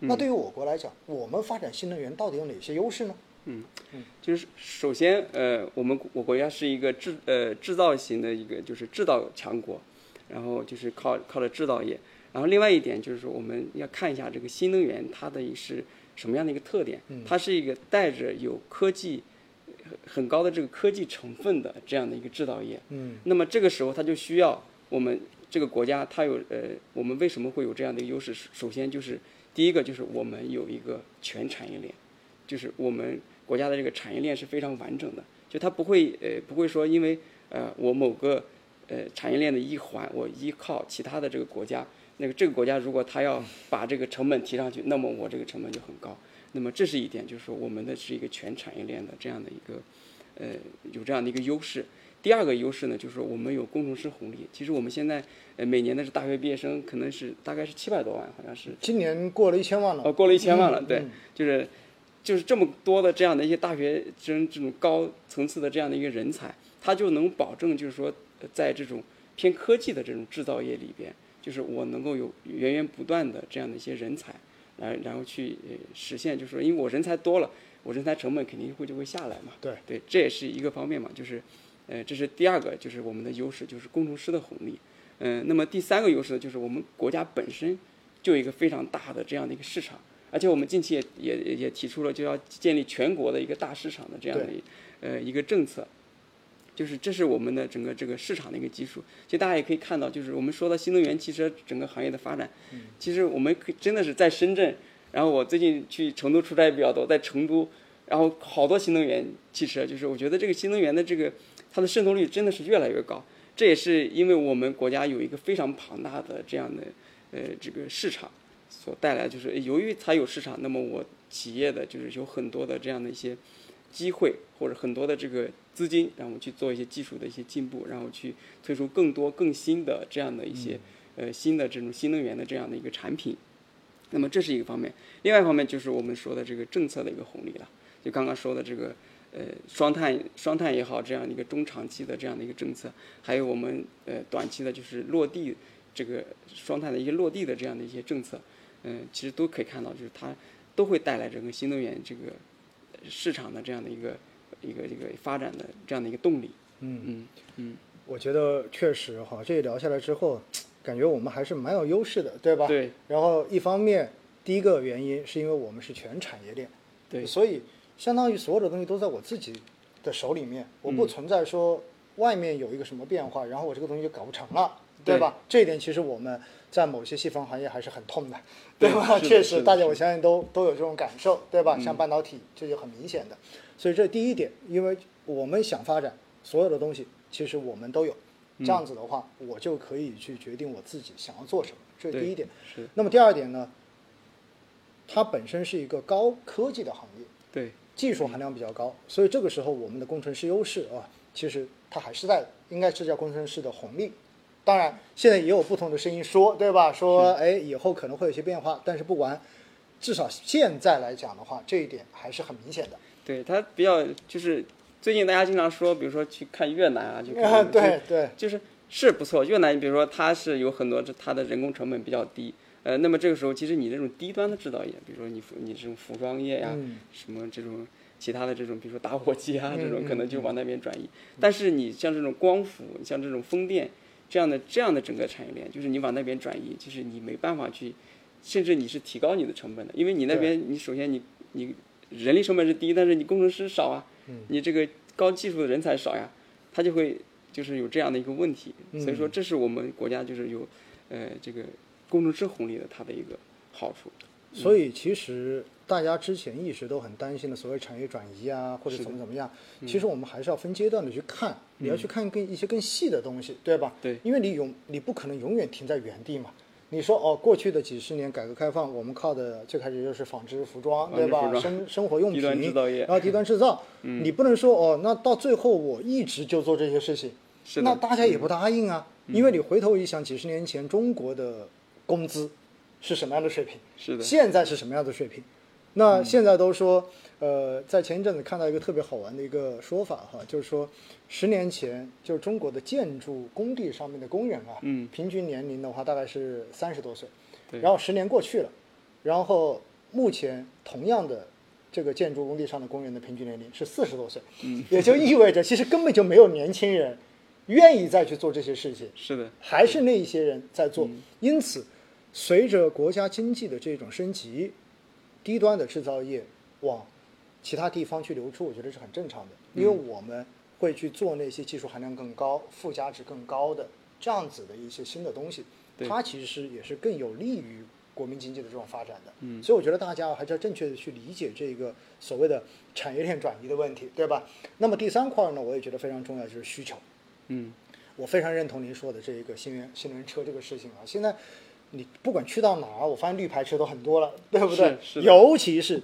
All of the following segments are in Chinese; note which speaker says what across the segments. Speaker 1: 嗯
Speaker 2: 那对于我国来讲，我们发展新能源到底有哪些优势呢？
Speaker 1: 就是首先，呃，我们我国家是一个制呃制造型的一个就是制造强国，然后就是靠靠着制造业，然后另外一点就是说我们要看一下这个新能源它的是什么样的一个特点，它是一个带着有科技很很高的这个科技成分的这样的一个制造业，嗯，那么这个时候它就需要我们这个国家它有呃我们为什么会有这样的一个优势？首先就是第一个就是我们有一个全产业链。就是我们国家的这个产业链是非常完整的，就它不会呃不会说因为呃我某个呃产业链的一环，我依靠其他的这个国家，那个这个国家如果它要把这个成本提上去，那么我这个成本就很高。那么这是一点，就是说我们的是一个全产业链的这样的一个呃有这样的一个优势。第二个优势呢，就是我们有工程师红利。其实我们现在呃每年的是大学毕业生可能是大概是七百多万，好像是
Speaker 2: 今年过了一千万了，嗯
Speaker 1: 哦，过了一千万了，对，就是就是这么多的这样的一些大学生这种高层次的这样的一个人才，他就能保证就是说，呃在这种偏科技的这种制造业里边，就是我能够有源源不断的这样的一些人才，来然后去呃实现，就是说因为我人才多了，我人才成本肯定会就会下来嘛。
Speaker 2: 对
Speaker 1: 对，这也是一个方面嘛，就是呃这是第二个就是我们的优势，就是工程师的红利。嗯、那么第三个优势呢，就是我们国家本身就有一个非常大的这样的一个市场，而且我们近期也也也也提出了就要建立全国的一个大市场的这样的一呃一个政策，就是这是我们的整个这个市场的一个基础。其实大家也可以看到，就是我们说到新能源汽车整个行业的发展，其实我们可以真的是在深圳，然后我最近去成都出差比较多，在成都，然后好多新能源汽车，就是我觉得这个新能源的这个它的渗透率真的是越来越高。这也是因为我们国家有一个非常庞大的这样的呃这个市场所带来，就是由于它有市场，那么我企业的就是有很多的这样的一些机会或者很多的这个资金，让我去做一些技术的一些进步，然后去推出更多更新的这样的一些、呃新的这种新能源的这样的一个产品。那么这是一个方面，另外一方面就是我们说的这个政策的一个红利了，就刚刚说的这个呃双碳双碳也好，这样的一个中长期的这样的一个政策，还有我们呃短期的就是落地这个双碳的一些落地的这样的一些政策，嗯、其实都可以看到，就是它都会带来整个新能源这个市场的这样的一个一个一个发展的这样的一个动力。嗯嗯
Speaker 2: 我觉得确实哈，这一聊下来之后，感觉我们还是蛮有优势的，对吧？
Speaker 1: 对。
Speaker 2: 然后一方面，第一个原因是因为我们是全产业链，
Speaker 1: 对
Speaker 2: 所以相当于所有的东西都在我自己的手里面，我
Speaker 1: 嗯
Speaker 2: 不存在说外面有一个什么变化，然后我这个东西就搞不成了。对吧？这一点其实我们在某些西方行业还是很痛的，对吧？
Speaker 1: 对是的
Speaker 2: 确
Speaker 1: 是
Speaker 2: 实，
Speaker 1: 的
Speaker 2: 大家我相信都都有这种感受，对吧？像半导体，这就很明显的。所以这第一点，因为我们想发展所有的东西，其实我们都有。这样子的话，我就可以去决定我自己想要做什么，这是第一点。
Speaker 1: 是，
Speaker 2: 那么第二点呢？它本身是一个高科技的行业，
Speaker 1: 对
Speaker 2: 技术含量比较高，所以这个时候我们的工程师优势啊，其实它还是在的，应该是叫工程师的红利。当然，现在也有不同的声音说，对吧？说哎，以后可能会有些变化，但是不管，至少现在来讲的话，这一点还是很明显的。
Speaker 1: 对，它比较就是最近大家经常说，比如说去看越南啊，去看、
Speaker 2: 啊， 对对，
Speaker 1: 就是是不错。越南，比如说它是有很多这它的人工成本比较低，呃，那么这个时候其实你这种低端的制造业，比如说你服你这种服装业呀、
Speaker 2: 嗯
Speaker 1: 什么这种其他的这种，比如说打火机啊
Speaker 2: 嗯
Speaker 1: 这种，
Speaker 2: 嗯
Speaker 1: 可能就往那边转移。但是你像这种光伏，像这种风电这样的这样的整个产业链，就是你往那边转移，就是你没办法去，甚至你是提高你的成本的，因为你那边你首先你你人力成本是低，但是你工程师少啊，
Speaker 2: 嗯
Speaker 1: 你这个高技术的人才少呀，他就会就是有这样的一个问题。
Speaker 2: 嗯
Speaker 1: 所以说，这是我们国家就是有呃这个工程师红利的它的一个好处。
Speaker 2: 所以其实大家之前一直都很担心的所谓产业转移啊，或者怎么怎么样，
Speaker 1: 嗯
Speaker 2: 其实我们还是要分阶段的去看，你要去看更一些更细的东西，对吧？
Speaker 1: 对，
Speaker 2: 因为你永你不可能永远停在原地嘛。你说哦，过去的几十年改革开放，我们靠的最开始就是纺织服装，
Speaker 1: 纺织
Speaker 2: 对吧
Speaker 1: 服？装
Speaker 2: 生生活用
Speaker 1: 低
Speaker 2: 品，啊
Speaker 1: 端制造业
Speaker 2: 然后低端制造，
Speaker 1: 嗯
Speaker 2: 你不能说哦，那到最后我一直就做这些事情，
Speaker 1: 是
Speaker 2: 那
Speaker 1: 的，嗯
Speaker 2: 大家也不答应啊，因为你回头一想，几十年前中国的工资是什么样的水平？
Speaker 1: 是的，嗯
Speaker 2: 现在是什么样的水平？那现在都说，呃，在前一阵子看到一个特别好玩的一个说法哈，就是说，十年前就是中国的建筑工地上面的工人啊，
Speaker 1: 嗯
Speaker 2: 平均年龄的话大概是三十多岁，
Speaker 1: 对
Speaker 2: 然后十年过去了，然后目前同样的这个建筑工地上的工人的平均年龄是四十多岁，也就意味着其实根本就没有年轻人愿意再去做这些事情，
Speaker 1: 是的，
Speaker 2: 还是那一些人在做。因此，随着国家经济的这种升级，低端的制造业往其他地方去流出，我觉得是很正常的，因为我们会去做那些技术含量更高、附加值更高的这样子的一些新的东西，
Speaker 1: 对
Speaker 2: 它其实也是更有利于国民经济的这种发展的。嗯，所以我觉得大家还是要正确的去理解这个所谓的产业链转移的问题，对吧？那么第三块呢，我也觉得非常重要，就是需求。
Speaker 1: 嗯，
Speaker 2: 我非常认同您说的这一个新能新能源车这个事情啊。现在你不管去到哪儿，我发现绿牌车都很多了，对不对？
Speaker 1: 是是的
Speaker 2: 尤其是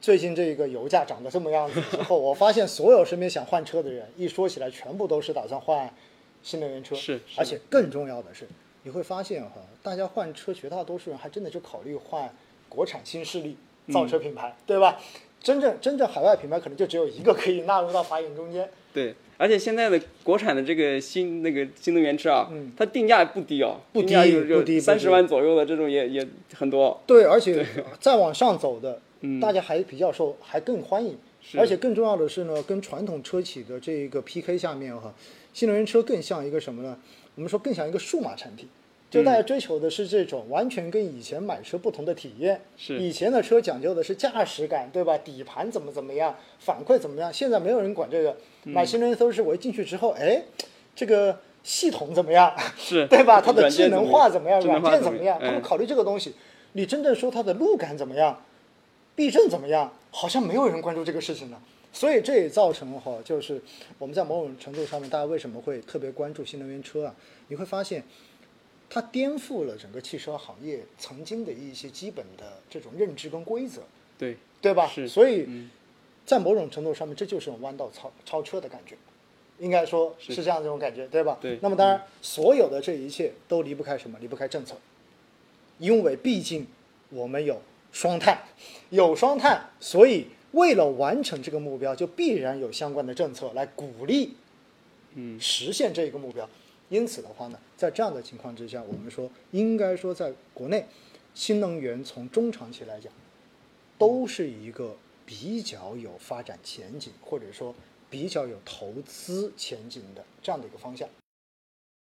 Speaker 2: 最近这个油价涨得这么样子之后，我发现所有身边想换车的人，一说起来全部都是打算换新能源车。
Speaker 1: 是是
Speaker 2: 而且更重要的是，你会发现哈，大家换车绝大多数人还真的就考虑换国产新势力造
Speaker 1: 嗯
Speaker 2: 车品牌，对吧？真正真正海外品牌可能就只有一个可以纳入到法眼中间。
Speaker 1: 对，而且现在的国产的这个新那个新能源车啊，
Speaker 2: 嗯
Speaker 1: 它定价不低哦，
Speaker 2: 不
Speaker 1: 定价
Speaker 2: 低
Speaker 1: 有
Speaker 2: 不低
Speaker 1: 有
Speaker 2: 不低
Speaker 1: 三十万左右的这种也也很多。
Speaker 2: 对，而且再往上走的，
Speaker 1: 嗯
Speaker 2: 大家还比较受，还更欢迎。
Speaker 1: 是
Speaker 2: 而且更重要的是呢，跟传统车企的这个 PK 下面哈，新能源车更像一个什么呢？我们说更像一个数码产品，
Speaker 1: 嗯
Speaker 2: 就大家追求的是这种完全跟以前买车不同的体验。
Speaker 1: 是
Speaker 2: 以前的车讲究的是驾驶感，对吧？底盘怎么怎么样，反馈怎么样？现在没有人管这个，
Speaker 1: 嗯
Speaker 2: 买新能源都是我一进去之后，哎，这个系统怎么样？
Speaker 1: 是
Speaker 2: 对吧？它的
Speaker 1: 软
Speaker 2: 智
Speaker 1: 件
Speaker 2: 能
Speaker 1: 怎么
Speaker 2: 化
Speaker 1: 样
Speaker 2: 怎么样？
Speaker 1: 智能
Speaker 2: 软
Speaker 1: 化
Speaker 2: 件
Speaker 1: 怎
Speaker 2: 怎
Speaker 1: 么
Speaker 2: 么样？
Speaker 1: 样
Speaker 2: 他们
Speaker 1: 哎
Speaker 2: 考虑这个东西。你真正说它的路感怎么样，避震怎么样，好像没有人关注这个事情了。所以这也造成了哈，就是我们在某种程度上面，大家为什么会特别关注新能源车啊？你会发现，它颠覆了整个汽车行业曾经的一些基本的这种认知跟规则，
Speaker 1: 对，
Speaker 2: 对吧？
Speaker 1: 是
Speaker 2: 所以
Speaker 1: 嗯
Speaker 2: 在某种程度上面，这就是种弯道超超车的感觉，应该说是这样的一种感觉，对吧？
Speaker 1: 对嗯
Speaker 2: 那么当然，所有的这一切都离不开什么？离不开政策，因为毕竟我们有双碳，有双碳，所以为了完成这个目标，就必然有相关的政策来鼓励
Speaker 1: 嗯，
Speaker 2: 实现这一个目标。因此的话呢，在这样的情况之下，我们说应该说，在国内，新能源从中长期来讲，都是一个比较有发展前景，或者说比较有投资前景的这样的一个方向。